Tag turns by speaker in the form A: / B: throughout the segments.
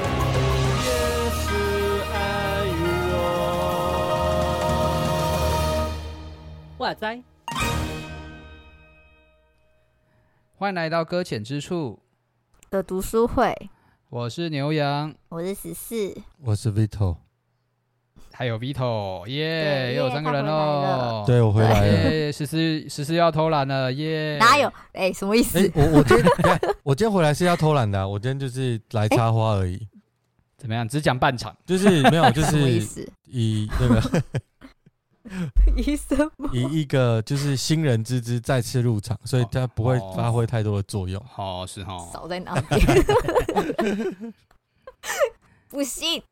A: 也是爱我。哇塞！
B: 欢迎来到搁浅之处，
C: 的读书会，
B: 我是牛羊，
C: 我是十四，
D: 我是 Vito，
B: 还有 Vito，耶，
C: 对
B: 又有
C: 耶
B: 三个
C: 他
B: 人
C: 回来
B: 喽。
C: 了
D: 对我回来了。
B: 耶，十四十四要偷懒了，耶！
C: 哪有？？哎、什么意思？
D: 哎、我我今天等一下我今天回来是要偷懒的啊、我今天就是
C: 哎
D: 来插花而已，
B: 怎么样？只讲半场，
D: 就是没 有，就
C: 什么意
D: 是
C: 思？
D: 以那个
C: 医生不
D: 以一个就是新人之姿再次入场，所以
C: 哦
D: 它不会发挥太多的作用。
B: 哦，是哦，
C: 少在哪边？ 不信？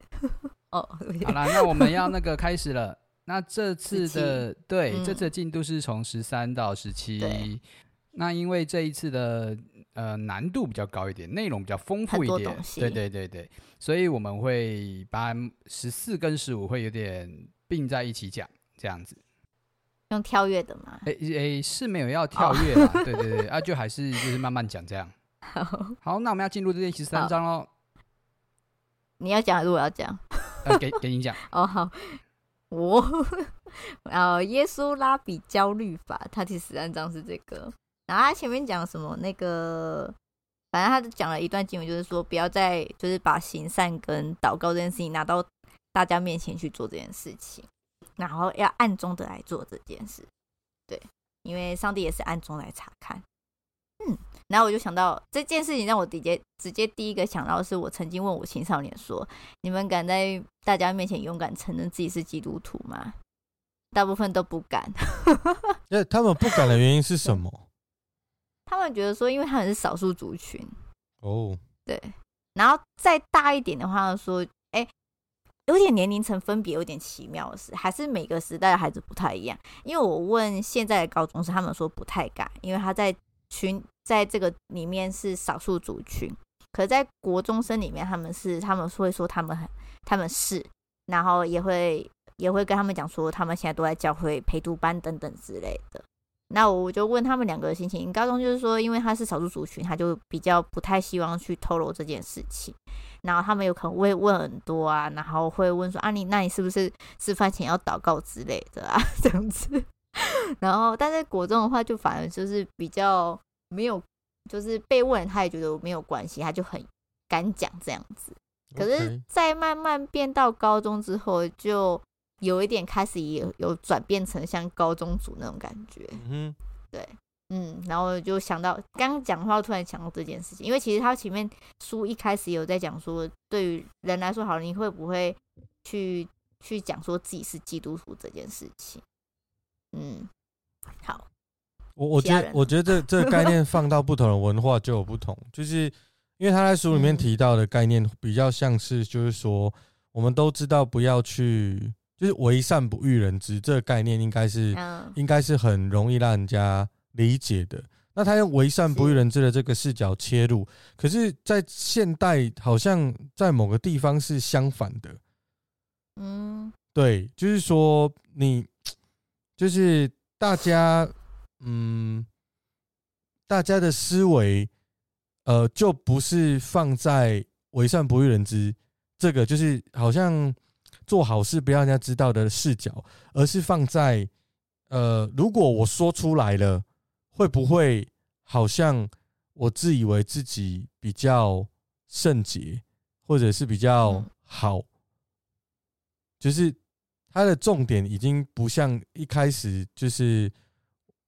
C: 哦，
B: 好啦，那我们要那个开始了。 那这次的对、
C: 嗯
B: 这次的进度是从十三到十
C: 对
B: 七，那因为这一次的呃难度比较高一点，内容比较丰富
C: 很
B: 一
C: 多
B: 点
C: 东，西
B: 对对对对，所以我们会把十四跟十五会有点并在一起讲，这样子。
C: 用跳跃的吗？
B: 诶诶，是没有要跳跃啦，
C: 哦
B: 对对对，啊，就还是就是慢慢讲这样。
C: 好，
B: 好，那我们要进入这练习三
C: 好
B: 章喽，
C: 你要讲还是我要讲？
B: 呃，给给你讲。
C: 哦，好，我 呃，耶稣拉比焦虑法，他第十三章是这个，然后他前面讲什么那个，反正他就讲了一段经文，就是说不要再就是把行善跟祷告这件事情拿到大家面前去做这件事情，然后要暗中的来做这件事，对，因为上帝也是暗中来查看。嗯，然后我就想到这件事情，让我直接直接第一个想到的是我曾经问我青少年说，你们敢在大家面前勇敢承认自己是基督徒吗？大部分都不敢，
D: 那他们不敢的原因是什么？
C: 他们觉得说，因为他们是少数族群，
D: 哦，
C: 对。然后再大一点的话说，哎、有点年龄层分别有点奇妙的是，还是每个时代的孩子不太一样。因为我问现在的高中生，他们说不太敢，因为他在群在这个里面是少数族群，可是在国中生里面，他们是他们会说他们很他们是，然后也会也会跟他们讲说他们现在都在教会陪读班等等之类的。那我就问他们两个的心情，高中就是说，因为他是少数族群，他就比较不太希望去透露这件事情。然后他们有可能会问很多啊，然后会问说啊你那你是不是吃饭前要祷告之类的啊 这样子。然后但是国中的话，就反而就是比较没有，就是被问他也觉得没有关系，他就很敢讲这样子。可是
D: OK，
C: 再慢慢变到高中之后，就有一点开始也有转变成像高中组那种感觉。
D: 嗯哼，
C: 嗯，然后就想到刚刚讲话，突然想到这件事情，因为其实他前面书一开始有在讲说，对于人来说，好，你会不会去去讲说自己是基督徒这件事情？嗯，好，
D: 我我
C: 其
D: 觉
C: 他
D: 得
C: 人
D: 我觉得这这个概念放到不同的文化就有不同，就是因为他在书里面
C: 嗯
D: 提到的概念比较像是，就是说我们都知道不要去，就是为善不欲人知这个概念应该是。
C: 嗯，
D: 应该是很容易让人家理解的。那他用为善不欲人知的这个视角切入，可是，在现代好像在某个地方是相反的。
C: 嗯，
D: 对，就是说你，就是大家，嗯，大家的思维，呃，就不是放在为善不欲人知这个，就是好像做好事不要让人家知道的视角，而是放在，呃，如果我说出来了，会不会好像我自以为自己比较圣洁，或者是比较
C: 嗯
D: 好？就是它的重点已经不像一开始就是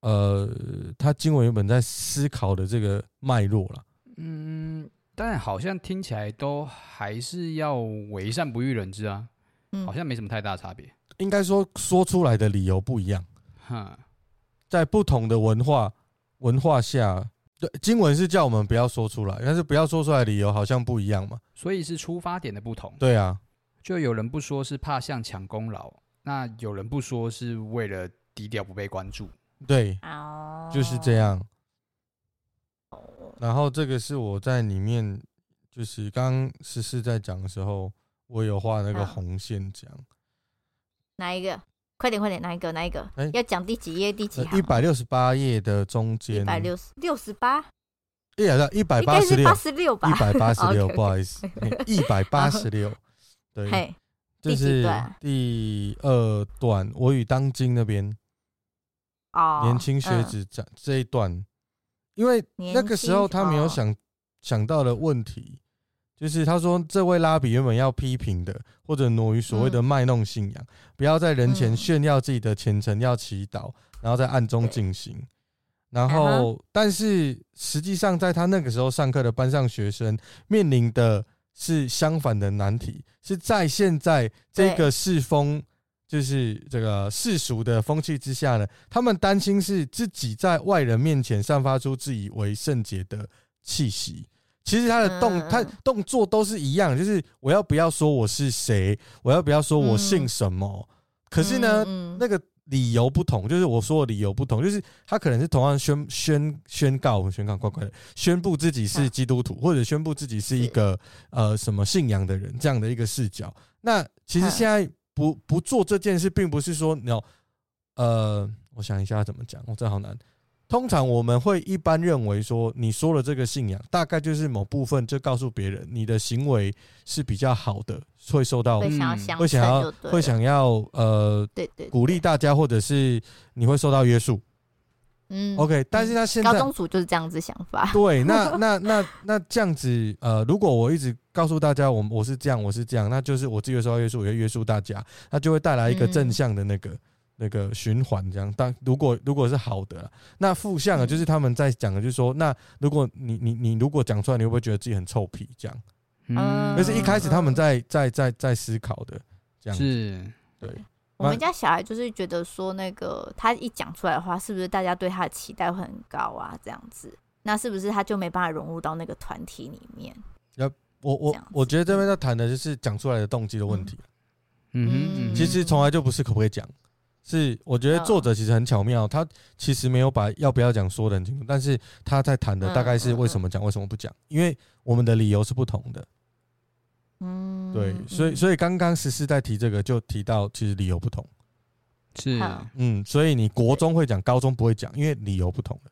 D: 呃，他经文原本在思考的这个脉络了。
B: 嗯，但好像听起来都还是要为善不欲人知啊，
C: 嗯
B: 好像没什么太大差别。
D: 应该说说出来的理由不一样，
B: 哈，
D: 在不同的文化文化下，对经文是叫我们不要说出来，但是不要说出来的理由好像不一样嘛。
B: 所以是出发点的不同。
D: 对啊，
B: 就有人不说是怕像抢功劳，那有人不说是为了低调不被关注。
D: 对，
C: 哦，
D: 就是这。样。
C: 哦，
D: 然后这个是我在里面，就是刚刚十四在讲的时候，我有画那个
C: 嗯
D: 红线讲。
C: 哪一个？快点快点，哪一个哪一个？
D: 哎呃
C: 要讲第几页第几行？
D: 一百六十八页的中间，
C: 一百六十六十八，
D: 哎呀，一百
C: 应
D: 八
C: 该
D: 十
C: 是
D: 六
C: 八，十六吧？
D: 一百八十六，
C: OK，OK
D: 不好意思，一百八十六，对，
C: 嘿，
D: 这
C: 第几
D: 是
C: 段
D: 第二段，我与当今那边
C: 哦，
D: 年轻学
C: 嗯
D: 子讲这一段，因为那个时候他没有
C: 哦
D: 想想到的问题，就是他说这位拉比原本要批评的，或者挪于所谓的
C: 嗯
D: 卖弄信仰，不要在人前
C: 嗯
D: 炫耀自己的虔诚，要祈祷，然后在暗中
C: 对嗯
D: 进行。然
C: 哈
D: 后，但是实际上，在他那个时候上课的班上学生面临的是相反的难题，是在现在这
C: 对
D: 个世风，就是这个世俗的风气之下呢，他们担心是自己在外人面前散发出自以为圣洁的气息。其实他的动，
C: 嗯
D: 他动作都是一样，就是我要不要说我是谁，我要不要说我姓
C: 嗯
D: 什么。可是呢，
C: 嗯嗯
D: 那个理由不同，就是我说的理由不同，就是他可能是同样宣宣宣告宣告怪怪的，宣布自己是
C: 啊
D: 基督徒，或者宣布自己是一
C: 是
D: 个呃什么信仰的人这样的一个视角。那其实
C: 嗯
D: 现在不不做这件事，并不是说你要呃，我想一下怎么讲，我、这好难。通常我们会一般认为说，你说了这个信仰，大概就是某部分就告诉别人你的行为是比较好的，会受到
C: 会想要
B: 嗯
C: 相
D: 会想
C: 称
D: 要
C: 就对
D: 会
C: 了
D: 想要呃
C: 对对
D: 鼓励大家，或者是你会受到约束。
C: 嗯
D: OK，但是他现
C: 高
D: 在
C: 中组就是这样子想法，
D: 对，那那那那这样子，呃，如果我一直告诉大家我我是这样，我是这样，那就是我自己会受到约束，我会约束大家，那就会带来一个
C: 嗯
D: 正向的那个、那个循环，这样。但如果如果是好的啦，那负向的
C: 嗯
D: 就是他们在讲的，就是说，那如果你你你如果讲出来，你会不会觉得自己很臭屁？这样，
B: 嗯，
D: 那是一开始他们在在在在思考的，这样
B: 是
D: 对。
C: 我们家小孩就是觉得说，那个他一讲出来的话，是不是大家对他的期待会很高啊？这样子，那是不是他就没办法融入到那个团体里面？
D: 我
C: 这
D: 我
C: 样
D: 我
C: 子
D: 觉得这边在谈的就是讲出来的动机的问
C: 嗯
D: 题。
B: 嗯哼嗯哼，
D: 其实从来就不是可不可以讲，是我
C: 嗯
D: 觉得作者其实很巧妙，他其实没有把要不要讲说的很清楚，但是他在谈
C: 嗯
D: 的大概是为什么讲，为什么不讲，因为我们的理由是不同的。
C: 嗯，
D: 对，所以所以刚刚十四在提这个，就提到其实理由不同。
B: 是
C: 好
D: 嗯，所以你国中会讲，高中不会讲，因为理由不同了。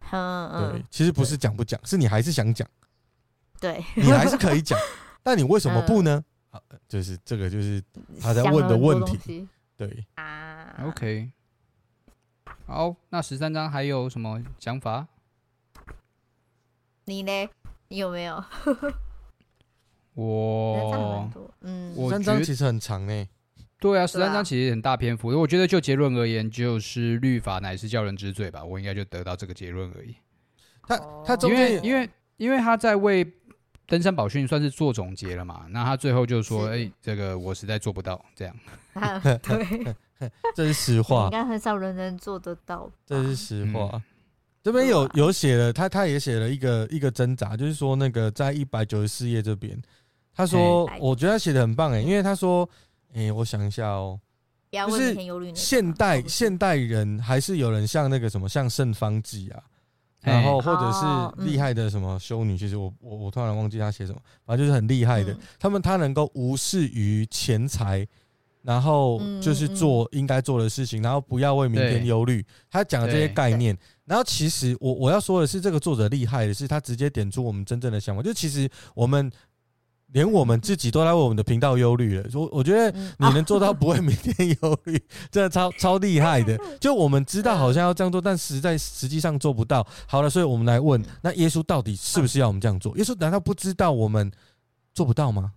C: 以嗯
D: 对
C: 嗯，
D: 其实不是讲不讲，是你还是想 讲，
C: 对，
D: 你还是可以讲，但你为什么不呢？
C: 嗯
D: 啊，就是这个就是他在
C: 想
D: 问
C: 了
D: 的
C: 很多
D: 问
C: 东
D: 题
C: 西
D: 对。
C: 啊
B: OK。好，那十三章还有什么想法？
C: 你嘞，你有没有？
B: 哦
C: 那这样还
B: 我
C: 蛮多嗯，
B: 我
D: 三
B: 觉
D: 章
B: 得
D: 其实很长呢、欸
B: 对啊，十
C: 对
B: 三
C: 啊
B: 章其实很大篇幅。我觉得就结论而言，就是律法乃是叫人之罪吧。我应该就得到这个结论而已。
D: 他
C: 哦
D: 他中
B: 因
D: 间
B: 为
D: 也
B: 因为因为他在为登山宝训算是做总结了嘛，那他最后就说：“
C: 是
B: 哎、这个我实在做不到。”这样，
C: 啊对，
D: 这是实话
C: 应，该很少人能做得到吧。
D: 这是实话。
B: 嗯
D: 这边有
C: 对啊
D: 有写了，他他也写了一个一个挣扎，就是说那个在一百九十四页这边，他说
C: 嘿
D: 我觉得他写的很棒哎、因为他说哎、诶我想一下哦、
C: 不要
D: 就
C: 问
D: 是
C: 明天忧虑那个
D: 现
C: 嘛
D: 代
C: 不是
D: 现代人还是有人像那个什么像圣方济啊，
B: 嘿
D: 然后或
C: 哦
D: 者是
C: 嗯
D: 厉害的什么修女，其实我我我突然忘记他写什么，反正就是很厉害的
C: 嗯，
D: 他们他能够无视于钱财，然后
C: 嗯
D: 就是做应该做的事情，然后不要为明天
B: 对
D: 忧虑。他讲的这些
B: 对
D: 概念，然后其实我我要说的是，这个作者厉害的是，他直接点出我们真正的想法，就其实我们。连我们自己都在为我们的频道忧虑了，我我觉得
C: 嗯
D: 你能做到不会每天忧虑， 真的超超厉害的。就我们知道好像要这样做，但实在实际上做不到。好了，所以我们来问，那耶稣到底是不是要我们这样做？耶稣难道不知道我们做不到吗？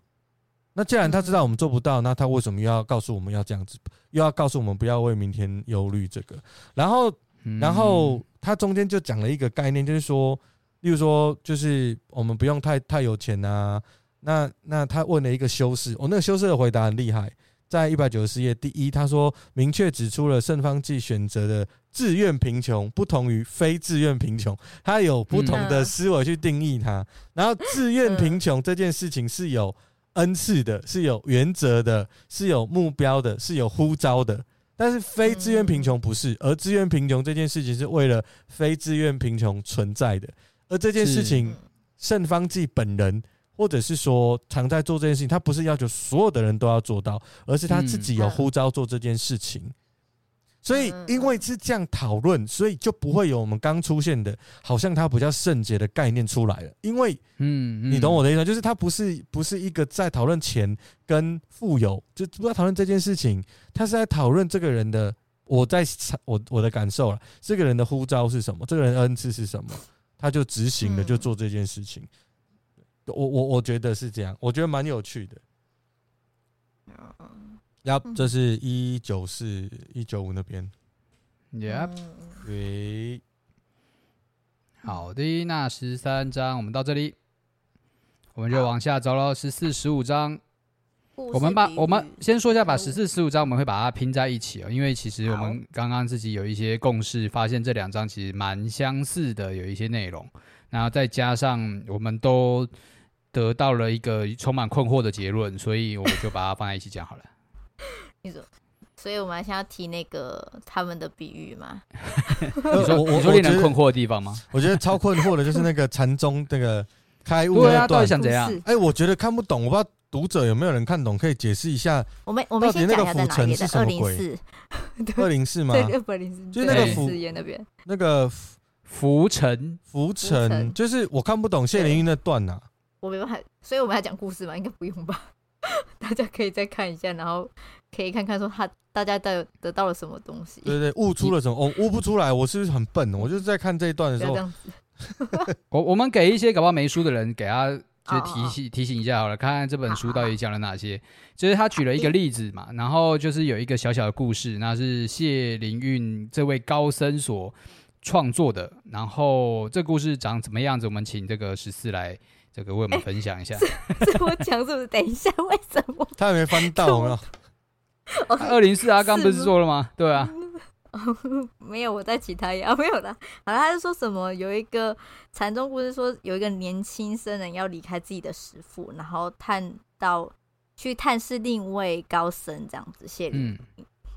D: 那既然他知道我们做不到，那他为什么又要告诉我们要这样子，又要告诉我们不要为明天忧虑这个？然后
B: 嗯
D: 然后他中间就讲了一个概念，就是说，例如说，就是我们不用太太有钱啊。那那他问了一个修士，哦，那个修士的回答很厉害，在一百九十四页第一，他说明确指出了圣方济选择的自愿贫穷不同于非自愿贫穷，他有不同的
C: 嗯
D: 思维去定义它。然后自愿贫穷这件事情是有恩赐的，是有原则的，是有目标的，是有呼召的。但是非自愿贫穷不是，而自愿贫穷这件事情是为了非自愿贫穷存在的，而这件事情
C: 嗯
D: 圣方济本人，或者是说常在做这件事情，他不是要求所有的人都要做到，而是他自己有
C: 嗯
D: 呼召做这件事情。所以
C: 嗯嗯
D: 因为是这样讨论，所以就不会有我们刚出现的，好像它比较圣洁的概念出来了。因为
B: 嗯，
D: 你懂我
B: 的，
D: 的意思吗，就是它不是不是一个在讨论钱跟富有，就不要讨论这件事情，他是在讨论这个人的，我在我我的感受了，这个人的呼召是什么，这个人的恩赐是什么，他就执行了，
C: 嗯
D: 就做这件事情。我我我觉得是这样，我觉得蛮有趣的。
C: 嗯
D: 呀
C: 嗯，
D: 这是一九四一九五那边。
B: Yep，
C: 嗯
D: 喂，
B: 好的，那十三章我们到这里，我们就往下走喽。十四、十五章，
C: 故
B: 我们
C: 事
B: 把
C: 比
B: 我们
C: 喻
B: 先说一下，把
C: 可恶
B: 十四、十五章我们会把它拼在一起哦，因为其实我们刚刚自己有一些共识，发现这两章其实蛮相似的，有一些内容，然后再加上我们都得到了一个充满困惑的结论，所以我们就把它放在一起讲好了。
C: 你说，所以我们现在要提那个他们的比喻嘛，
B: 你说
D: 呃我
B: 你说令
D: 觉
B: 人
D: 得
B: 困惑的地方吗？
D: 我觉得超困惑的就是那个禅宗那个开悟
B: 对
D: 那
B: 啊，到
D: 段
B: 底。想怎样
C: 故？事
D: 哎，我觉得看不懂，我不知道读者有没有人看懂，可以解释一下
C: 我们我们
D: 到底
C: 先
D: 那
C: 讲
D: 个
C: 一下在
D: 浮
C: 哪
D: 尘
C: 里，
D: 是
C: 在
D: 什
C: 二
D: 么
C: 零
D: 鬼
C: 四，
D: 二零四吗？
C: 对，二零四，
D: 就是那个
C: 对
D: 浮
C: 四页那边，
D: 那个浮
B: 浮沉，
D: 浮
C: 浮
D: 沉，
C: 沉
D: 就是我看不懂谢灵运那段呐、
C: 我没办法，所以我们要讲故事嘛，应该不用吧？大家可以再看一下，然后可以看看说他大家得得到了什么东西，
D: 对对，悟出了什么？我、悟不出来，我是不是很笨？我就是在看这一段的
C: 不
D: 时
C: 要
D: 候
C: 这，样子。
B: 我我们给一些搞不好没书的人，给他就
C: 哦
B: 提醒提醒一下好了，看看这本书到底讲了哪些。就是他举了一个例子嘛，然后就是有一个小小的故事，那是谢灵运这位高僧所创作的。然后这故事长怎么样子，我们请这个十四来这个为我们分享一下。
C: 哦这我讲是不是？等一下，为什么？
D: 他还没翻到，有没有？
C: 我
B: 二零四啊，刚不是
C: 是吗哦
B: 说了吗？对啊，
C: 没有，我在其他页啊，没有啦。好了，他是说什么？有一个禅宗故事说，有一个年轻僧人要离开自己的师父，然后探到去探视另一位高僧，这样子谢礼。
B: 嗯，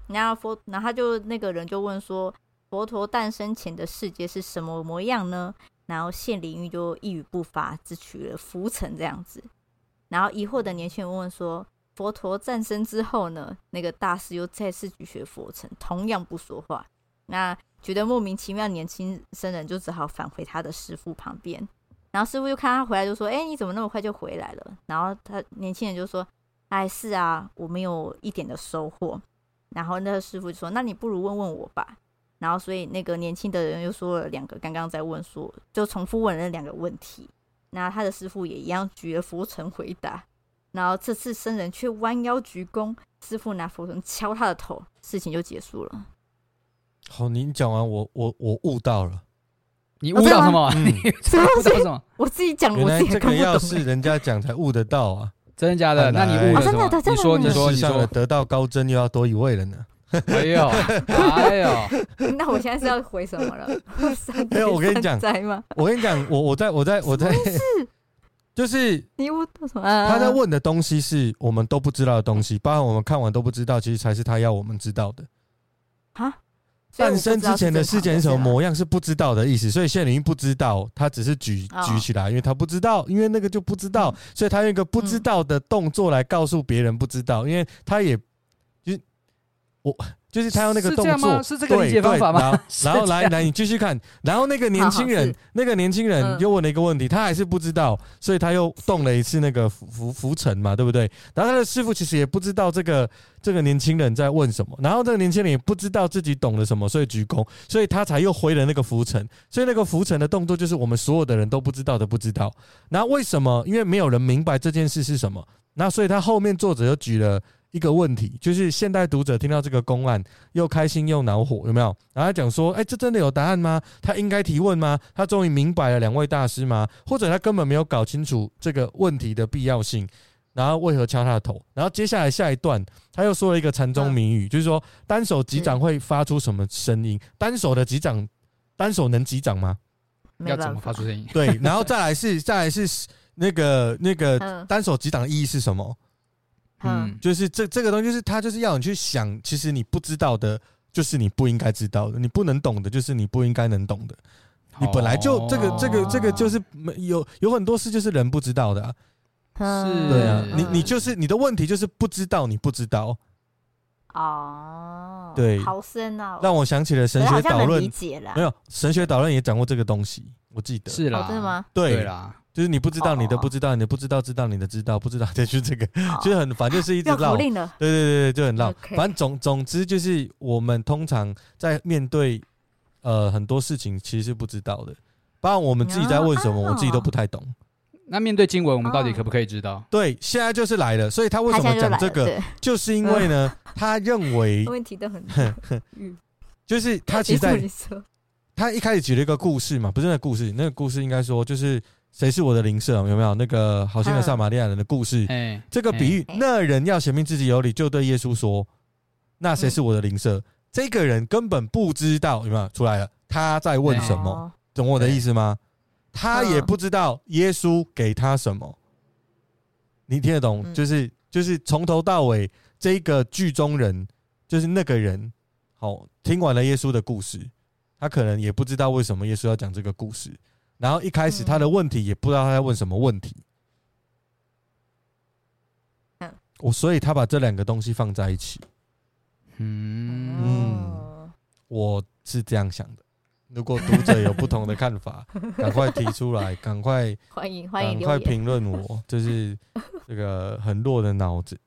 C: 然后佛，然后他就那个人就问说，佛陀诞生前的世界是什么模样呢？然后谢灵玉就一语不发，只取了浮尘这样子。然后疑惑的年轻人问说，佛陀诞生之后呢？那个大师又再次举学佛尘，同样不说话。那觉得莫名其妙，年轻僧人就只好返回他的师傅旁边。然后师傅就看他回来，就说：“哎、你怎么那么快就回来了？”然后他年轻人就说：“哎，是啊，我没有一点的收获。”然后那个师傅就说：“那你不如问问我吧。”然后所以那个年轻的人又说了两个刚刚在问说，就重复问了两个问题。那他的师傅也一样举了佛尘回答。然后这次僧人却弯腰鞠躬，师傅拿佛尘敲他的头，事情就结束了。
D: 好，您讲完，我我我悟到了。
B: 你
C: 哦
B: 悟
C: 真的
B: 到
C: 吗
B: 什么？
D: 嗯，
C: 什么
B: 悟
C: 东
B: 到
C: 西？
B: 什么？
C: 我自己讲，
D: 原
C: 我
D: 来
C: 自己也
D: 这
C: 看
D: 个
C: 不
D: 要
C: 懂
D: 是。人家讲才悟得到啊！
B: 真的假的？那你悟了
D: 哦
B: 什
C: 真
B: 么
C: 的？真的
B: 你说你
D: 这
B: 说
D: 世
B: 你
D: 上
B: 说
D: 的，得道高真又要多一位了呢。
B: 哎呦哎呦，
C: 那我现在是要回什么了？三
D: 没有我跟你
C: 三
D: 讲
C: 灾吗？
D: 我跟你讲，我我在我在我在，就是
C: 你悟到什么？啊
D: 他在问的东西是我们都不知道的东西，包含我们看完都不知道，其实才是他要我们知道的。
C: 啊！所以
D: 诞
C: 我不
D: 生
C: 知道
D: 之
C: 是
D: 前的
C: 正
D: 事
C: 常
D: 件是什么
C: 是吧
D: 模样是不知道的意思，所以谢灵不知道，他只是举
C: 哦
D: 举起来，因为他不知道，因为那个就不知
B: 嗯
D: 道，所以他用一个不知道的动作来告诉别人不知道，因为他也就是我就是他用那个
B: 是
D: 动
B: 这样吗
D: 作，
B: 是这个
D: 对
B: 理解
D: 对，
B: 方法吗
D: 然后
B: 是
D: 然后
B: 这
D: 来
B: 样
D: 来，你继续看，然后那个年
C: 好
D: 轻
C: 好
D: 人
C: 是，
D: 那个年轻人
C: 嗯
D: 又问了一个问题，他还是不知道，所以他又动了一次那个浮浮浮沉嘛，对不对？然后他的师傅其实也不知道这个这个年轻人在问什么，然后这个年轻人也不知道自己懂了什么，所以鞠躬，所以他才又挥了那个浮沉，所以那个浮沉的动作就是我们所有的人都不知道的不知道。那为什么？因为没有人明白这件事是什么。那所以他后面作者又举了一个问题，就是现代读者听到这个公案又开心又恼火，有没有？然后他讲说，哎、这真的有答案吗？他应该提问吗？他终于明白了两位大师吗？或者他根本没有搞清楚这个问题的必要性，然后为何敲他的头？然后接下来下一段他又说了一个禅宗谜语，就是说单手击掌会发出什么声音？单手的击掌，单手能击掌吗？
C: 嗯没
B: 要
C: 有
B: 怎
C: 办
B: 么
C: 法
B: 发出声音？
D: 对，然后再来是再来是那个那个
C: 嗯
D: 单手击掌的意义是什么？
C: 嗯，
D: 就是这这个东西，就是它就是要你去想，其实你不知道的，就是你不应该知道的；你不能懂的，就是你不应该能懂的。你本来
B: 哦
D: 就这个这个这个就是没有有很多事就是人不知道的、啊，
B: 是
D: 对啊，
B: 嗯
D: 你你就是你的问题就是不知道你不知道，
C: 哦，
D: 对
C: 好深啊，
D: 让我想起了
C: 可
D: 神
C: 是好
D: 学
C: 像
D: 导
C: 能理
D: 论，
C: 解啊了
D: 没，有神学导论也讲过这个东西，我记得
B: 是啦，
C: 哦，真的？吗？
B: 对
D: 对，
B: 啦，
D: 就是你不知道你的
C: 哦
D: 不知道，你的不知道知道你的知道不知道， 就是这个，
C: 哦
D: 就是很烦，就是一直
C: 绕口
D: 绕。
C: 令了，
D: 对对对对，就很绕。
C: OK
D: 反正总总之就是，我们通常在面对呃很多事情，其实是不知道的。包括我们自己在问什么，
C: 哦
D: 我自己都不太懂。
B: 那面对经文，我们到底
C: 哦
B: 可不可以知道？
D: 对，现在就是来了，所以他为
C: 他
D: 什么
C: 现在就来
D: 讲这
C: 了，
D: 个，
C: 对
D: 就是因为 呢，他认为
C: 问题都很多。嗯，
D: 就是 他其
C: 你
D: 实
C: 说
D: 在
C: 你说，
D: 他一开始举了一个故事嘛，不是那个故事，那个故事应该说就是谁是我的邻舍，有没有那个好心的
C: 嗯
D: 撒玛利亚人的故事？
B: 哎，
D: 这个比喻，
C: 哎
D: 那人要显明自己有理，就对耶稣说：“那谁是我的邻舍？”这个人根本不知道，有没有出来了？他在问什么？
C: 哦？
D: 懂我的
B: 对
D: 意思
C: 嗯
D: 吗？他也不知道耶稣给他什么。你听得懂？
C: 嗯
D: 就是就是从头到尾，这个剧中人就是那个人，好，听完了耶稣的故事，他可能也不知道为什么耶稣要讲这个故事。然后一开始
C: 嗯
D: 他的问题也不知道他在问什么问题。
C: 嗯
D: 我所以他把这两个东西放在一起，
B: 嗯，
C: 嗯，
D: 我是这样想的。如果读者有不同的看法，赶快提出来，赶快
C: 欢迎欢迎
D: 赶嗯
C: 留
D: 快
C: 言。
D: 评论 我，就是这个很弱的脑子。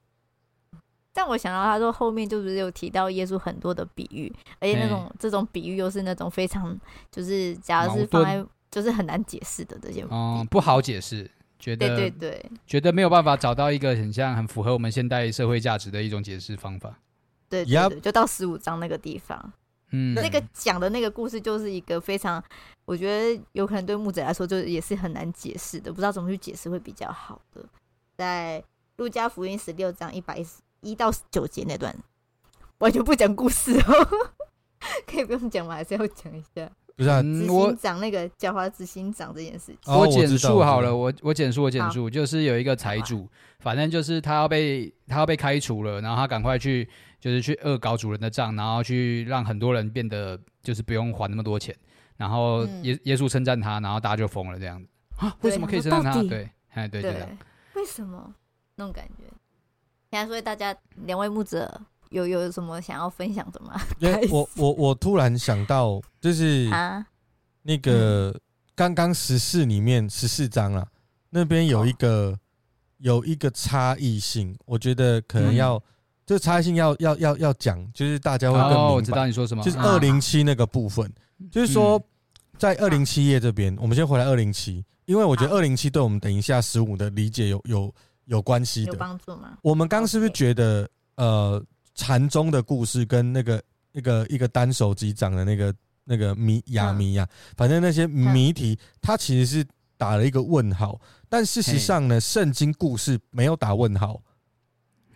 C: 但我想到他说后面就不是有提到耶稣很多的比喻，而且那种
D: 嗯
C: 这种比喻又是那种非常就是，假如是
B: 矛
C: 放
B: 盾
C: 在就是很难解释的这些比喻。
B: 哦，不好解释，觉
C: 对对
B: 得
C: 对
B: 觉得没有办法找到一个很像很符合我们现代社会价值的一种解释方法。
C: 对对
D: Yup
C: 对，就到十五章那个地方，
B: 嗯，
C: 那个讲的那个故事就是一个非常，我觉得有可能对牧者来说，就也是很难解释的，不知道怎么去解释会比较好的。在路加福音十六章一百一十一到九节那段，完全不讲故事哦， 可以不用讲吗？还是要讲一下
D: 不是啊，
B: 嗯
C: 执
B: 我
C: 行长那个狡猾执行长这件事情。
B: 我
D: 哦我
B: 简
D: 知道
B: 述
D: 我知
B: 好
D: 道
B: 了，我我简述我简
C: 好
B: 述，就是有一个财主，反正就是他要被他要被开除了，然后他赶快去就是去恶搞主人的账，然后去让很多人变得就是不用还那么多钱，然后
C: 嗯
B: 耶、耶稣称赞他，然后大家就疯了这样子啊？为
C: 对
B: 什么
C: 他
B: 可以称
C: 说
B: 赞
C: 到
B: 他？
C: 底
B: 对，哎对，就这样，
C: 为什么那种感觉？现在所以大家两位牧者有有什么想要分享的吗？
D: 因为我我我突然想到，就是
C: 啊，嗯
D: 那个刚刚十四里面十四章啦，那边有一
C: 哦
D: 个有一个差异性，我觉得可能
B: 嗯
D: 要这差异性要要要要讲，就是大家会
B: 哦，
D: 更
B: 我
D: 明
B: 知
D: 白
B: 道。你说什么，
D: 就是
C: 啊
B: 嗯
D: 二零七那个部分，就是说
B: 嗯
D: 在二零七页这边，我们先回来二零七，因为我觉得
C: 好
D: 二零七对我们等一下十五的理解有有有关系
C: 有
D: 的。
C: 帮助吗？
D: 我们刚是不是
C: OK
D: 觉得呃禅宗的故事跟那个那个一个单手击掌的那个那个谜哑
C: 嗯
D: 谜呀，啊反正那些谜题，它其实是打了一个问号，但事实
B: 嘿
D: 上呢，圣经故事没有打问号，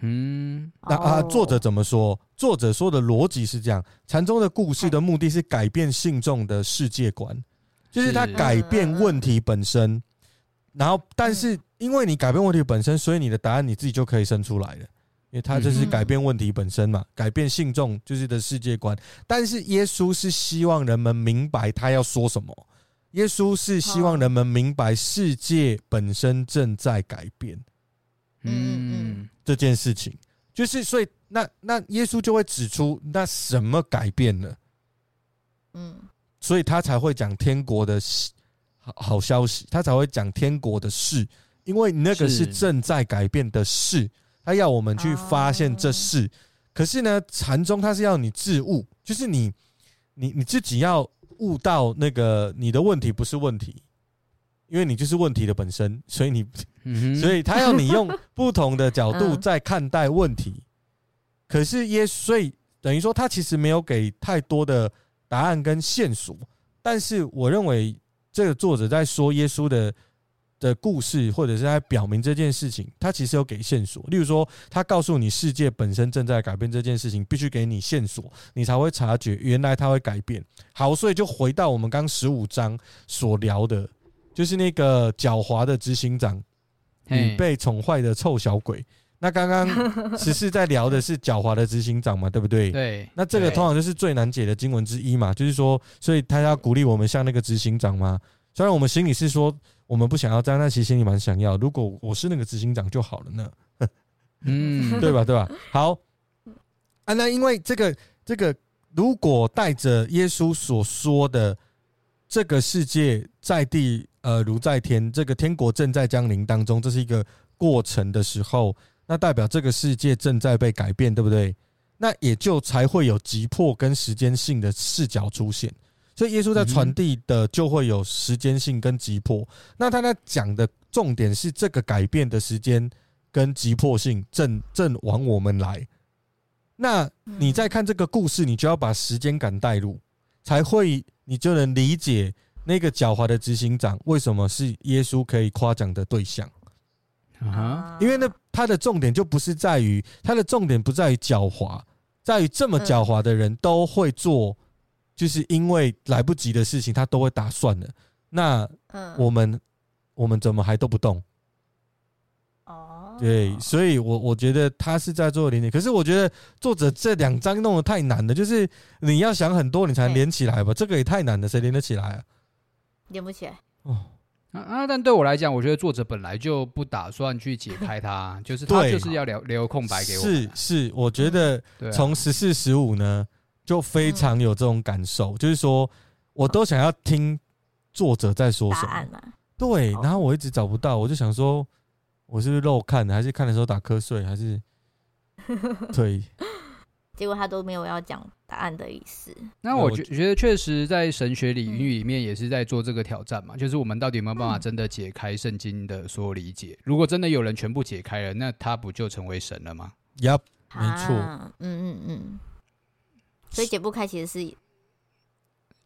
B: 嗯
D: 那啊，
C: 哦
D: 作者怎么说？作者说的逻辑是这样：禅宗的故事的目的是改变信众的世界观，就是他
B: 是
D: 改变问题本
C: 嗯
D: 身。然后，但是因为你改变问题本身，所以你的答案你自己就可以生出来了，因为他就是
C: 嗯
D: 改变问题本身嘛，改变信众就是的世界观。但是耶稣是希望人们明白他要说什么，耶稣是希望
C: 哦
D: 人们明白世界本身正在改变。
C: 嗯
B: 嗯
D: 这件事情，就是所以那那耶稣就会指出那什么改变了，
C: 嗯，
D: 所以他才会讲天国的喜好好消息，他才会讲天国的事，因为那个
B: 是
D: 是正在改变的事，他要我们去发现这事。可是呢，禅宗它是要你自悟，就是你你你自己要悟到那个你的问题不是问题，因为你就是问题的本身，所以你
B: 嗯
D: 所
B: 以
D: 以他要你用不同的角度
C: 嗯
D: 在看待问题。可是耶稣，所以等于说他其实没有给太多的答案跟线索。但是我认为这个作者在说耶稣的的故事，或者是在表明这件事情，他其实有给线索。例如说，他告诉你世界本身正在改变这件事情，必须给你线索，你才会察觉原来它会改变。好，所以就回到我们刚十五章所聊的，就是那个狡猾的执行长你被宠坏的臭小鬼。那刚刚十四在聊的是狡猾的执行长嘛，对不对？
B: 对，
D: 那这个
B: 对
D: 通常就是最难解的经文之一嘛，就是说，所以他要鼓励我们像那个执行长嘛。虽然我们心里是说我们不想要这样，但其实心里蛮想要。如果我是那个执行长就好了呢，
B: 嗯
D: 对吧？对吧？好，啊，那因为这个这个，如果带着耶稣所说的这个世界在地呃如在天，这个天国正在降临当中，这是一个过程的时候，那代表这个世界正在被改变，对不对？那也就才会有急迫跟时间性的视角出现。所以耶稣在传递的就会有时间性跟急迫。那他在讲的重点是这个改变的时间跟急迫性正正往我们来。那
C: 嗯
D: 你在看这个故事，你就要把时间感带入，才会你就能理解那个狡猾的执行长为什么是耶稣可以夸奖的对象。
B: 啊哈，
D: 因为呢，他的重点就不是在于他的重点不在于狡猾，在于这么狡猾的人都会做，就是因为来不及的事情，他都会打算的。那
C: 嗯，
D: 我们我们怎么还都不动？
C: 哦，
D: 对，所以我我觉得他是在做连接，可是我觉得作者这两章弄得太难了，就是你要想很多，
B: 嗯
D: 你才
C: 对
D: 连起来吧，这个也太难了，谁连得起来啊？
C: 连不起来，
D: 哦，
B: 啊啊！但对我来讲，我觉得作者本来就不打算去解开它，就是他
D: 对
B: 就是要留留空白给我们
D: 是
B: 啊。
D: 是，我觉得
B: 对啊，
D: 从十四十五呢，就非常有这种感受，
C: 嗯
D: 就是说我都想要听作者在说
C: 答
D: 什
C: 案啊哦
D: 么，
C: 嘛，
D: 对，
C: 好
D: 然后我一直找不到，我就想说，我是不是漏看的，还是看的时候打瞌睡，还是 对，
C: 结果他都没有要讲答案的意思。
B: 那
D: 对
B: 我
D: 呃我
B: 觉觉得确实在神学领
C: 嗯
B: 域里面也是在做这个挑战嘛，就是我们到底有没有办
D: 嗯
B: 法真的解开圣经的所有理解？如果真的有人全部解开了，那他不就成为神了吗？
D: 呀，没错
C: 啊，嗯嗯嗯，所以解不开其实是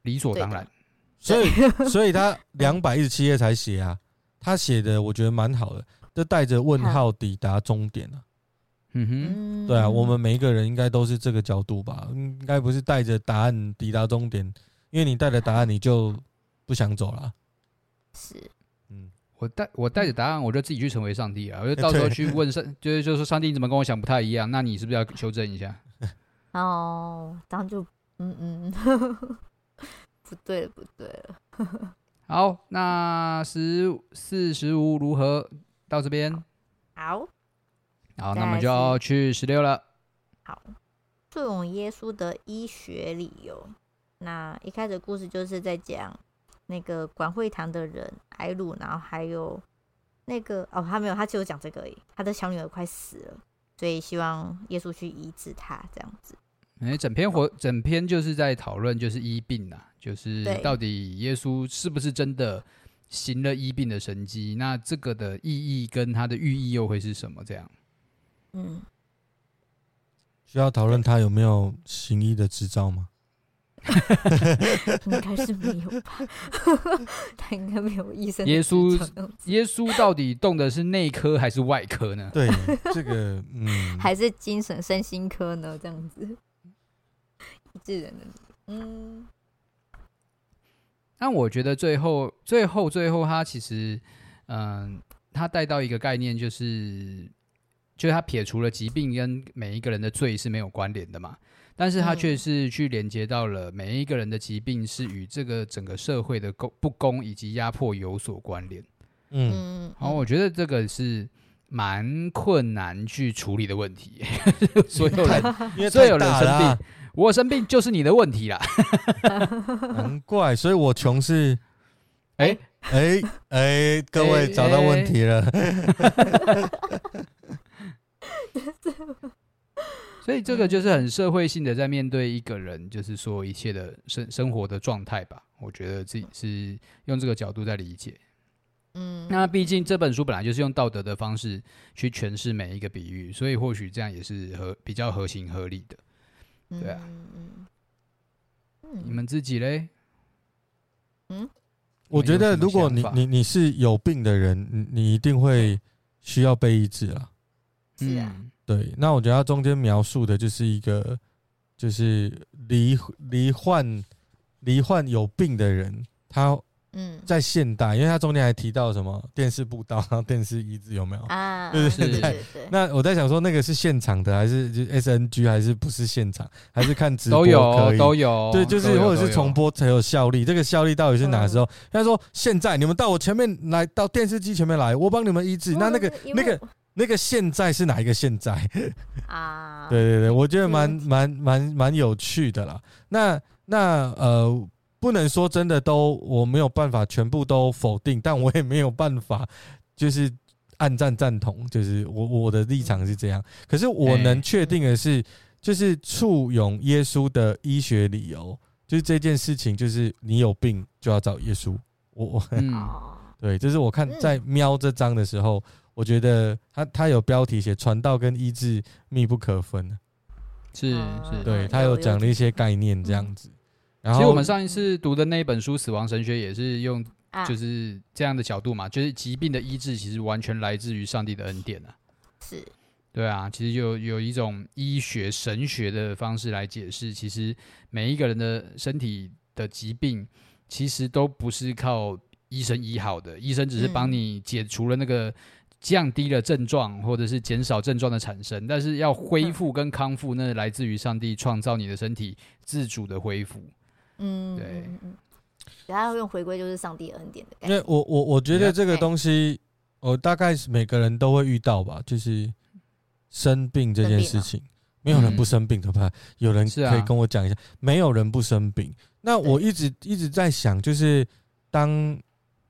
B: 理所当
C: 对的
B: 然。
D: 所以所以他两百一十七页才写啊，他写的我觉得蛮好的，就带着问号抵达终点啊。
B: 嗯哼，
C: 嗯，
D: 对啊，我们每一个人应该都是这个角度吧，应该不是带着答案抵达终点，因为你带着答案你就不想走了。
C: 是
D: 嗯，
B: 我带我带着答案，我就自己去成为上帝啊！我就到时候
D: 哎对
B: 去问上， 就是就是说上帝你怎么跟我想不太一样？那你是不是要修正一下？
C: 哦，这样就嗯 嗯，不对了不对了，
B: 好，那十四十五如何？到这边，
C: 好。
B: 好，
C: 再
B: 那我们
C: 来
B: 就要去十六了。
C: 最用耶稣的医学理由。那一开始故事就是在讲那个管会堂的人埃鲁，然后还有那个哦，他没有，他只有讲这个而已。他的小女儿快死了，所以希望耶稣去医治她，这样子。
B: 哎，整篇活整篇就是在讨论就是医病啊，就是
C: 对
B: 到底耶稣是不是真的行了医病的神迹？那这个的意义跟它的寓意又会是什么？这样，
C: 嗯，
D: 需要讨论他有没有行医的执照吗？
C: 应该是没有吧？ 他应该没有医生的
B: 耶
C: 执照
B: 稣
C: 这样子。
B: 耶稣到底动的是内科还是外科呢？
D: 对， 这个嗯，
C: 还是精神身心科呢？这样子，
B: 嗯
C: 医治人的，嗯，
B: 但我觉得最后、最后、最后，他其实，嗯，他带到一个概念，就是，就是他撇除了疾病跟每一个人的罪是没有关联的嘛，但是他却
C: 嗯
B: 是去连接到了每一个人的疾病是与这个整个社会的公不公以及压迫有所关联。
D: 嗯，
C: 嗯，
B: 然后 我觉得这个是蛮困难去处理的问题， 所有人，
D: 因为
B: 所以
D: 太
B: 有人
D: 大
B: 生
D: 了啊、
B: 我生病就是你的问题啦。
D: 难怪，所以我穷是
B: 哎，
D: 哎哎，各位
B: 哎
D: 找到问题了，
B: 所以这
C: 嗯
B: 个就是很社会性的，在面对一个人，就是说一切的生生活的状态吧。我觉得自己是用这个角度在理解。
C: 嗯，
B: 那毕竟这本书本来就是用道德的方式去诠释每一个比喻，所以或许这样也是合比较合情合理的。对啊
C: 嗯，嗯
B: 你们自己嘞？
D: 我觉得如果
B: 你有什么
D: 你
B: 想法
D: 你你是有病的人，你你一定会需要被医治了。
C: 是啊，
B: 嗯
D: 对，那我觉得他中间描述的就是一个，就是罹罹患罹患有病的人，他
C: 嗯
D: 在现代，因为他中间还提到什么电视布道、然后电视医治有没有？
C: 啊，
D: 对
C: 对
B: 对
C: 对对，
D: 那我在想说，那个是现场的还是就 SNG 还是不是现场，还是看直播
B: 都
D: 可
B: 有
D: 以？
B: 都有，
D: 对，就是
B: 都有
D: 或者是重。播才有效力。这个效力到底是哪
C: 嗯
D: 时候？他说现在你们到我前面来，到电视机前面来，我帮你们医治。那那个
C: 因
D: 那
C: 为
D: 个那个现在是哪一个现在？
C: 啊，
D: 对对对，我觉得
C: 这
D: 蛮
C: 样子
D: 蛮蛮蛮有趣的啦。那那呃，不能说真的都我没有办法全部都否定，但我也没有办法就是暗赞赞同，就是我我的立场是这样。可是我能
B: 哎
D: 确定的是，就是簇拥耶稣的医学理由，就是这件事情，就是你有病就要找耶稣。我我
B: 嗯，
C: 哦，
D: 对，这是我看在瞄这章的时候，我觉得他他有标题写“传道跟医治密不可分”。啊
B: 是是。
D: 对
C: 嗯
D: 他
C: 有
D: 有
C: 有
D: 讲了一些概念这样子。然后
B: 其实我们上一次读的那一本书《死亡神学》也是用
C: 啊
B: 就是这样的角度嘛，就是疾病的医治其实完全来自于上帝的恩典啊。
C: 是
B: 对啊，其实有有一种医学神学的方式来解释，其实每一个人的身体的疾病，其实都不是靠医生医好的，医生只是帮
C: 嗯
B: 你解除了那个降低了症状，或者是减少症状的产生，但是要恢
C: 嗯
B: 复跟康复，那来自于上帝创造你的身体自主的恢复。
C: 嗯，
B: 对
C: 嗯，嗯嗯然后用回归就是上帝恩典的概
D: 因
C: 念，
D: 为我我我觉得这个
C: 哎
D: 东西，我大概是每个人都会遇到吧，就是生病这件事情，没有人不生病的吧？有人
B: 啊是啊
D: 可以跟我讲一下，没有人不生病。那我一直一直在想，就是当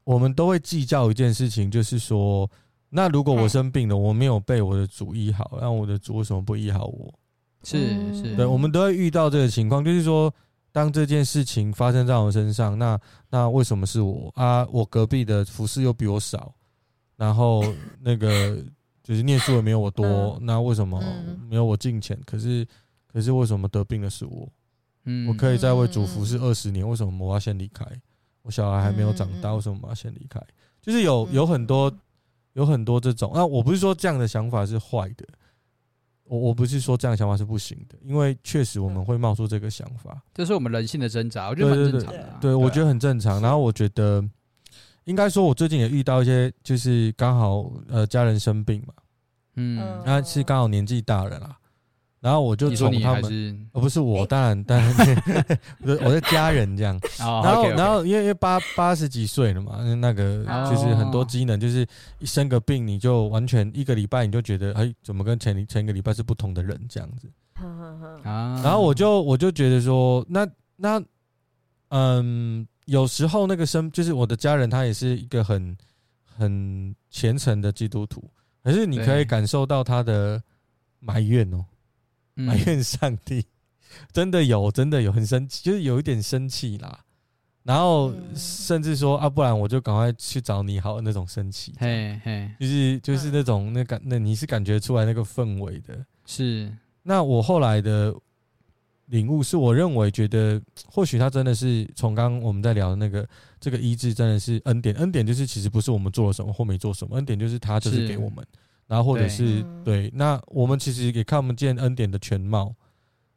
D: 我们都会计较一件事情，就是说，那如果我
B: 嗯
C: 哎
D: 生病了，我没有被我的主医好，那我的主为什么不医好我？
B: 是
C: 嗯
B: 是，
D: 对，我们都会遇到这个情况，就是说，当这件事情发生在我身上，那那为什么是我啊？我隔壁的服饰又比我少，然后那个就是念书也没有我多，
C: 嗯
D: 那为什么
C: 嗯
D: 没有我进钱？可是可是为什么得病的是我？
B: 嗯
D: 我可以再为主服
C: 嗯
D: 侍二十年，为什么我要先离开？我小孩还没有长大，
C: 嗯嗯嗯
D: 为什么我要先离开？就是有
C: 嗯
D: 有很多有很多这种。那我不是说这样的想法是坏的，我我不是说这样的想法是不行的，因为确实我
B: 嗯
D: 们会冒出这个想法，
B: 这是我们人性的挣扎，我觉得
D: 对
B: 蛮
D: 对
B: 正常的啊、
D: 对我觉
B: 得
D: 得很正常。然后我觉得应该说，我最近也遇到一些，就是刚好呃家人生病嘛，
B: 嗯，
D: 那是刚好年纪大了啦，然后我就
B: 你说
D: 从
B: 你
D: 他
B: 还
D: 们。
B: 是
D: 哦，不是我，
C: 哎
D: 当然，当然， 我的我的家人这样，
B: 哦，
D: 然后，然
B: 后
D: 后因为因为八八十几岁了嘛，那个
C: 哦
D: 就是很多机能，就是一生个病你就完全一个礼拜你就觉得，哎，怎么跟前一前一个礼拜是不同的人这样子。
C: 呵呵呵，
B: 啊，
D: 然后我就我就觉得说，那那嗯，有时候那个生就是我的家人，他也是一个很很虔诚的基督徒，可是你可
B: 对
D: 以感受到他的埋怨哦，
B: 嗯
D: 埋怨上帝， 真的有，真的有，很生气，就是有一点生气啦。然后
C: 嗯
D: 甚至说啊，不然我就赶快去找你好那种生气，
B: 嘿嗯嘿，
D: 就是就是那种那感，那你是感觉出来那个氛围的。
B: 是，
D: 那我后来的领悟是，我认为觉得或许他真的是从刚刚我们在聊的那个这个医治真的是恩典，恩典就是其实不是我们做了什么或没做什么，恩典就是他就是
B: 是
D: 给我们，然后或者
B: 对
D: 是
C: 嗯
D: 对，那我们其实也看不见恩典的全貌，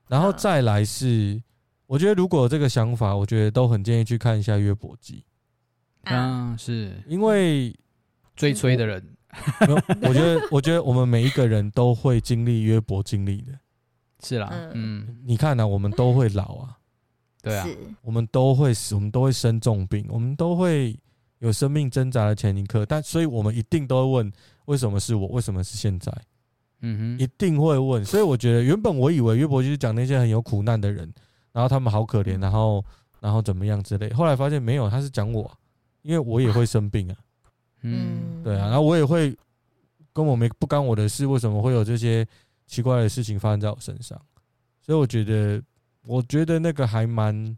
D: 然后
C: 嗯
D: 再来是，我觉得如果有这个想法，我觉得都很建议去看一下约伯记，
C: 啊，
B: 嗯，是
D: 因为
B: 最催的人
D: 没有我觉得我觉得我们每一个人都会经历约伯经历的，
B: 是啦，
C: 嗯
B: 嗯，
D: 你看呢、我们都会老啊。
B: 对啊，
C: 是
D: 我们都会死，我们都会生重病，我们都会有生命挣扎的前一刻。但所以，我们一定都会问：为什么是我？为什么是现在？
B: 嗯
D: 一
B: 哼，
D: 定会问。所以，我觉得原本我以为约伯就是讲那些很有苦难的人，然后他们好可怜，然后然后怎么样之类。后来发现没有，他是讲我，因为我也会生病啊，
B: 嗯，
D: 对啊，然后我也会跟我没不干我的事，为什么会有这些奇怪的事情发生在我身上？所以我觉得，我觉得那个还蛮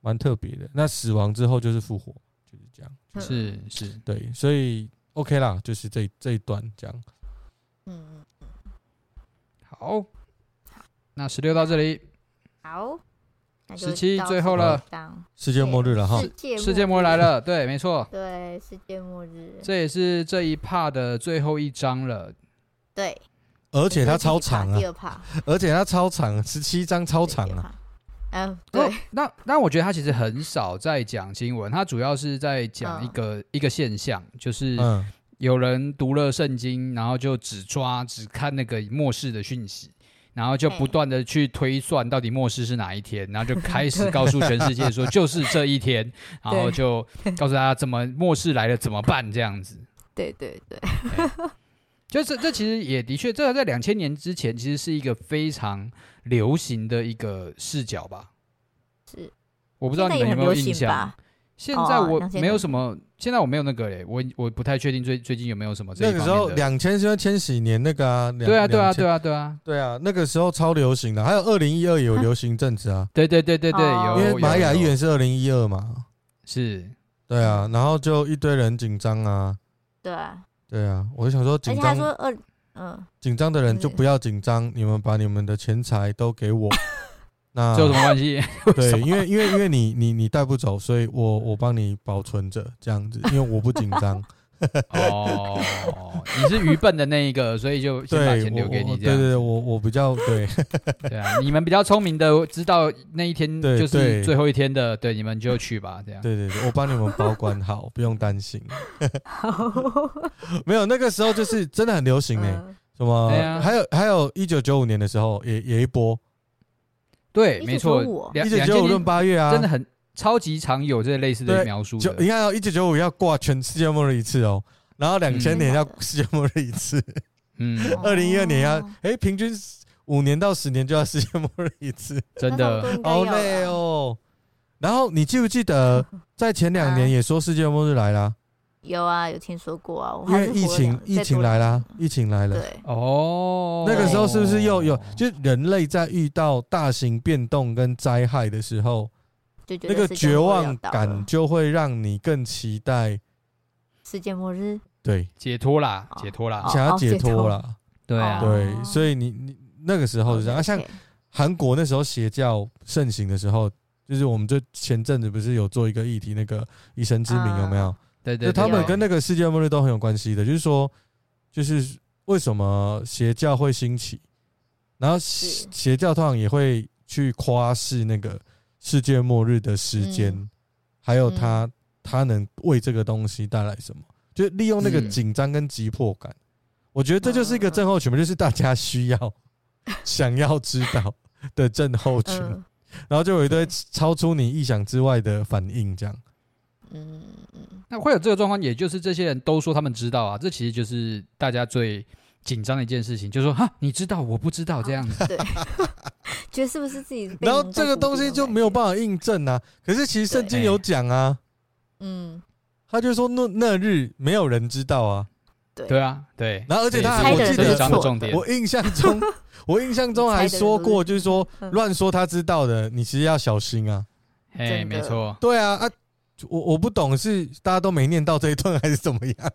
D: 蛮特别的。那死亡之后就是复活，就是这样。
C: 嗯
B: 是是，
D: 对，所以 OK 啦，就是这这一段这样。
C: 嗯，
B: 好，那十六到这里，
C: 好，那就
B: 17
C: 到
B: 最后
D: 了
C: 这一章，
D: 世界末日了哈
C: 世，界
B: 世界末日来， 了，对，没错，
C: 对，世界末日，
B: 这也是这一 part 的最后一章了，
C: 对，
D: 而
C: 而
D: 且它超长啊
C: 第，二趴，
D: 而且它超长，十七章超长啊。，
C: 对第二趴嗯，
B: 哦
C: 对，，
B: 那那我觉得他其实很少在讲经文，他主要是在
C: 嗯
B: 讲一个、一个现象，就是
D: 嗯，
B: 有人读了圣经，然后就只抓只看那个末世的讯息，然后就
C: 哎
B: 不断的去推算到底末世是哪一天，然后 就开始告诉全世界说就是这一天，然后就告诉大家怎么末世来了怎么办这样子。
C: 对对对，
B: 就是这其实也的确，这个在两千年之前其实是一个非常流行的一个视角吧。
C: 是，
B: 我不知道
C: 现在
B: 你
C: 也
B: 们有没
C: 很
B: 有
C: 流
B: 印
C: 行
B: 象
C: 吧？？
B: 现
C: 哦
B: 在我
C: 2000年
B: 没有什么，现在我没有那个嘞，我我不太确定最最近有没有什么这
D: 那
B: 一
D: 个
B: 方
D: 时候
B: 面的
D: 两千是因为千禧年那个啊，
B: 对啊对啊
D: 啊
B: 对啊对啊
D: 对啊，那个时候超流行的，还有二零一二有流行阵子啊，
B: 对对对对对，
C: 哦
B: 有
D: 因为
B: 有
D: 玛雅
B: 有
D: 议员是二零一二嘛，
B: 是
D: 对啊，然后就一堆人紧张啊，
C: 对啊，
D: 对啊，我就想说
C: 而
D: 紧
C: 且他说
D: 张
C: 二嗯，
D: 紧张的人就不要紧张，你们把你们的钱财都 给我，那
B: 这有什么关 系？
D: 对，因为因为因为你你你带不走，所以我我帮你保存着这样子，因为我不紧张，
B: 哦，你是愚笨的那一个，所以就 先把
D: 对，
B: 钱留
D: 我
B: 给
D: 我
B: 你这
D: 对对
B: 样。
D: 对，我我比较对
B: 对啊，你们比较聪明的，知道那一天
D: 对
B: 就是
D: 对
B: 最后一天的，对，你们就去吧，这样。
D: 对对对，我帮你们保管好，不用担心。
C: 好，
D: 没有，那个时候就是真的很流行呢、
C: 嗯
D: 什么
B: 对啊
D: 还有还有一九九五年的时候也也一波，
B: 对，没错
C: 1995哦，
B: 两
D: 一九
B: 两
D: 九
B: 千
D: 五论
B: 年
D: 八月啊，
B: 真的很超级常有这类似的
D: 对
B: 描述
D: 就
B: 的。
D: 你看哦，一九九五要挂全世界末日一次哦，然后两千年要世界末日一次，
B: 嗯，
D: 二零一二年要
C: 嗯哦
D: 哎、平均五年到十年就要世界末日一次，
B: 真
C: 那
B: 的，
C: 差不多应该
D: 好
C: 有啦
D: 累哦。然后你记不记 得在前两年
C: 啊
D: 也说世界末日来啦，
C: 有啊，有听说过啊，我
D: 因
C: 还
D: 为
C: 是
D: 疫
C: 活了
D: 情
C: 两
D: 疫
C: 再
D: 情
C: 多两
D: 来啦
C: 年，
D: 疫情来了。
C: 对，
B: 哦，
D: 那个时候是不是又有
B: 哦？
D: 就是人类在遇到大型变动跟灾害的时候，
C: 就觉
D: 那
C: 得
D: 个
C: 世界
D: 绝
C: 末日要
D: 望
C: 到
D: 感
C: 了，
D: 就会让你更期待，
C: 世界末日，
D: 对，
B: 解脱啦，
C: 哦
B: 解脱啦，
C: 哦
D: 想要
C: 哦
D: 解
C: 解
D: 脱
C: 脱
D: 啦。
B: 对啊，
D: 对，所以你你那个时候是这样。啊，像
C: OK，
D: 韩国那时候邪教盛行的时候，就是我们就前阵子不是有做一个议题，那个以神之名有没有？
B: 对对对，
D: 就他们
B: 对
D: 跟那个世界末日都很有关系的，就是说，就是为什么邪教会兴起，然后邪
C: 是
D: 邪教通常也会去夸示那个世界末日的时间，
C: 嗯
D: 还有它、它能为这个东西带来什么，就利用那个
B: 嗯
D: 紧张跟急迫感。我觉得这就是一个
C: 嗯嗯嗯
D: 症候群嘛，就是大家需要想要知道的症候群，
C: 嗯
D: 然后就有一堆超出你意想之外的反应，这样。
C: 嗯嗯，
B: 那会有这个状况，也就是这些人都说他们知道啊，这其实就是大家最紧张的一件事情，就是说哈，你知道我不知道这
D: 哦
B: 样子，
C: 对，觉得是不是自己被
D: 然后
C: 蒙在
D: 这个
C: 鼓
D: 东
C: 里
D: 西
C: 那种
D: 就
C: 感
D: 没有
C: 觉
D: 办法印证啊。可是其实圣经
B: 对
D: 有讲啊，
C: 嗯，
D: 他就说那那日没有人知道啊。
B: 对啊，对。
D: 然后而且他
B: 这
D: 还
B: 也
D: 我
B: 是
D: 记
B: 这
C: 猜
B: 一
C: 的人都
B: 章
D: 得
B: 的重
C: 是错
B: 点，
D: 我印象 中我印象中还说过，就是说
C: 嗯
D: 乱说他知道的，你其实要小心啊。
B: 哎，
C: 真的
B: 没错，
D: 对啊啊，我我不懂是大家都没念到这一段还是怎么 样？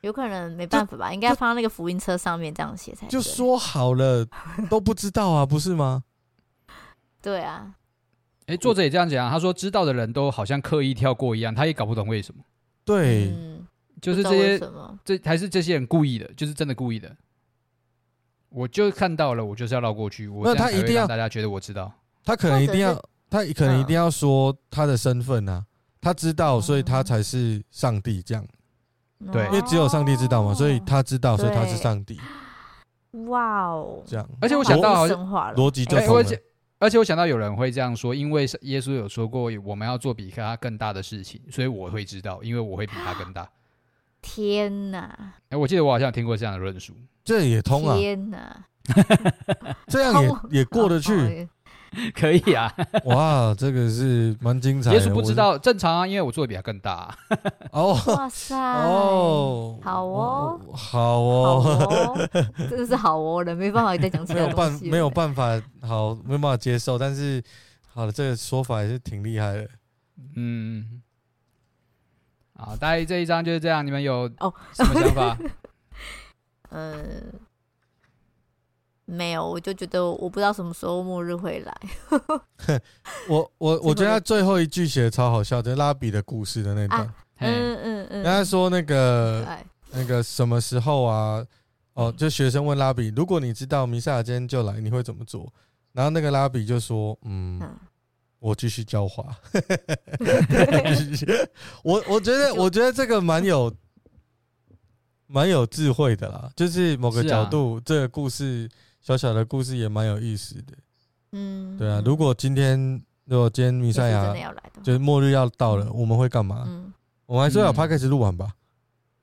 C: 有可能没办法吧，应该放到那个福音车上面这样写才
D: 就
C: 对
D: 说好了都不知道啊，不是吗？
C: 对啊，
B: 哎，作者也这样讲啊，他说知道的人都好像刻意跳过一样，他也搞不懂为什么，
D: 对，
C: 嗯，
B: 就是
C: 不
B: 这
C: 知道为
B: 些
C: 什么，
B: 这还是这些人故意的，就是真的故意的。我就看到了，我就是要绕过去，我
D: 那
B: 这样
D: 他
B: 才会
D: 一定要
B: 让大家觉得我知道，
D: 他可能一定要
C: 或，
D: 他可能
C: 嗯
D: 一定要说他的身份啊，他知道，所以他
C: 嗯
D: 才是上帝这样。
B: 对
D: 因为只有上帝知道嘛，所以他知道，所以他是
C: 哦对
D: 上帝，
C: 哇哦，
D: 这样
B: 而且我想到啊好像
C: 神话了，
D: 逻辑就
B: 哎
D: 通
B: 我
D: 了
B: 记。而且我想到有人会这样说，因为是耶稣有说过我们要做比他更大的事情，所以我会知道，因为我会比他更大。
C: 天哪，
B: 哎，我记得我好像有听过这样的论述。
D: 这也通啊，
C: 天哪，
D: 这样
C: 通
D: 也也过得去。
C: 哦
B: 可以啊，
D: 哇，这个是蛮精彩的。
B: 耶稣不
D: 我
B: 知道正常啊，因为我做的比他更大、啊。
D: 哦
C: 哇塞，
D: 哦，
C: 好哦
D: 我，好
C: 好
D: 哦，
C: 哦，真的是好哦了，没办法再讲其
D: 没
C: 他
D: 有
C: 东
D: 办
C: 西了，
D: 没有办法，好没有办法接受，但是好了，这个说法也是挺厉害的。
B: 嗯，好，大概这一章就是这样。你们有
C: 哦
B: 什么想法？
C: 嗯。没有，我就觉得我不知道什么时候末日会来。
D: 我我我觉得
C: 这
D: 他
C: 个
D: 最后一句写的超好笑，就是拉比的故事的那段
C: 啊。
B: 嘿，
C: 嗯嗯嗯，哎
D: 人家说那个
C: 可爱
D: 那个什么时候啊？哦，
B: 嗯
D: 就学生问拉比，如果你知道弥赛亚今天就来，你会怎么做？然后那个拉比就说：“嗯，
C: 嗯
D: 我继续教化。我”我觉得，我觉得这个蛮有蛮有智慧的啦，就是某个
B: 是啊
D: 角度，这个故事小小的故事也蛮有意思的。
C: 嗯，
D: 对啊，
C: 嗯
D: 如果今天如果今天弥
C: 耶
D: 赛
C: 稣真的
D: 亚
C: 要来的话，
D: 就是末日要到了，我们会干嘛？
C: 嗯，
D: 我们还是要
B: 嗯
D: p 开始录完吧。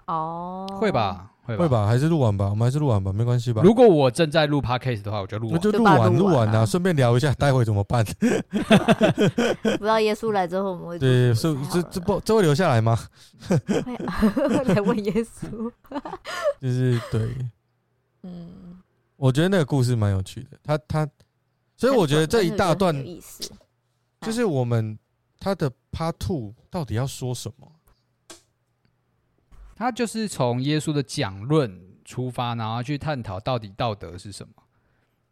C: 哦，
B: 会？吧，会吧？
D: 会吧？还是录完吧，我们还是录完吧，没关系吧？
B: 如果我正在录 podcast 的话，我就录啊
D: 那
B: 完。
D: 就
C: 就
D: 录
C: 把它
D: 完
C: 录
D: 录
C: 完
D: 完
C: 啊
D: 啊，顺便聊一下待会怎么 办。
C: 不知道耶稣来之后我们会做
D: 对，
C: 什
D: 是
C: 么
D: 这
C: 才好
D: 这不这会留下来吗？
C: 了 来问耶稣，
D: 就是对，
C: 嗯，
D: 我觉得那个故事蛮有趣的。他他，所以我觉得这一大段
C: 真的有意思，
D: 就是我们他的 Part Two 到底要说什 么？
B: 他就是从耶稣的讲论出发，然后去探讨到底道德是什么，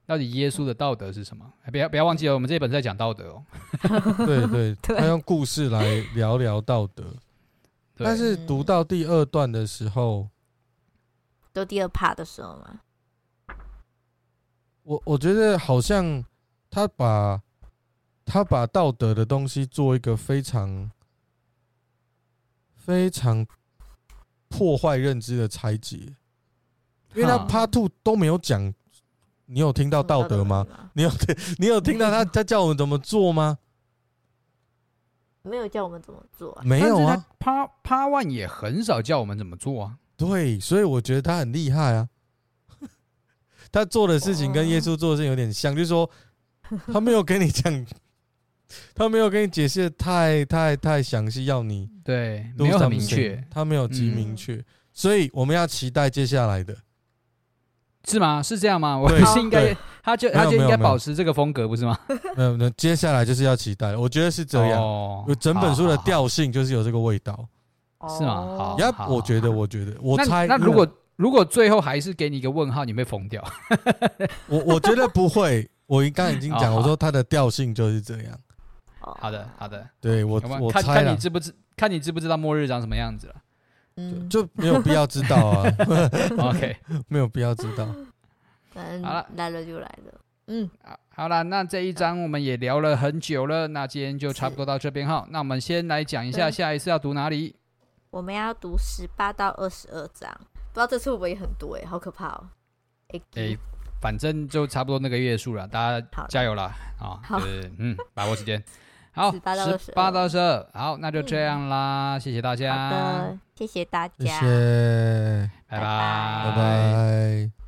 B: 到底耶稣的道德是什么？哎不要不要忘记了，我们这一本是在讲道德哦。
D: 对对，
C: 对
D: 他用故事来聊聊道德。
B: 对
D: 但是
C: 嗯
D: 读到第二段的时候，
C: 都第二 part 的时候嘛，
D: 我我觉得好像他把他把道德的东西做一个非常非常破坏认知的拆解，因为他
B: 哈
D: Part Two 都没有讲，你有听到道德吗？？你有听你有听到他他叫我们怎么做吗？
C: 没有叫我们怎么做啊？
D: 没有
B: 但
D: 啊
B: 是，他 Part Part One 也很少叫我们怎么做啊。
D: 对，所以我觉得他很厉害啊。 他做的事情跟耶稣做的事情有点像，就是说他没有给你讲，他没有给你解释得太太太详细，要你
B: 对，
D: do
B: 没有很
D: something，
B: 明确，
D: 他没有极
B: 嗯
D: 明确，所以我们要期待接下来的。
B: 是吗？是这样吗？我
D: 对
B: 是应该
D: 对，
B: 他就
D: 没有
B: 他就应
D: 没
B: 该
D: 有没有
B: 保持这个风格，不是吗？
D: 那呃那接下来就是要期待，我觉得是这样。
B: 哦
D: 有整本书的。
B: 好好好
D: 调性就是有这个味道。
B: 是吗好
C: 哦
D: 呀
B: 好，
D: 我觉得，我觉得，我
B: 那
D: 猜。
B: 那
D: 因为
B: 如果如果最后还是给你一个问号，你被封掉。
D: 我我觉得不会，我刚刚已经讲，
B: 哦
D: 我说它的调性就是这样。
C: 哦
B: 好的，好的，
D: 对我
B: 好吧
D: 我
B: 看
D: 猜啊
B: 看
D: 了
B: 你，知不知看你知不知道末日长什么样子了。
C: 嗯，
D: 就没有必要知道啊，
B: OK，
D: 没有必要知道。
C: 反
B: 好了
C: 正来了就来了，嗯，
B: 好好啦，那这一章我们也聊了很久了，那今天就差不多到这边哈。那我们先来讲一下
C: 对
B: 下一次要读哪里。
C: 我们要读十八到二十二章，不知道这次会不会也很多哎，好可怕哦，
B: 诶，反正就差不多那个月数了，大家
C: 好
B: 加油啦啊！
C: 好
B: 对，对嗯，把握时间。好，
C: 18到
B: 十八
C: 22
B: 到二十二，好，那就这样啦，谢谢大
C: 好
B: 家，
C: 的，谢谢大
D: 谢
C: 家，
D: 谢，
B: 拜
C: 拜
D: 拜
C: 拜
D: 拜。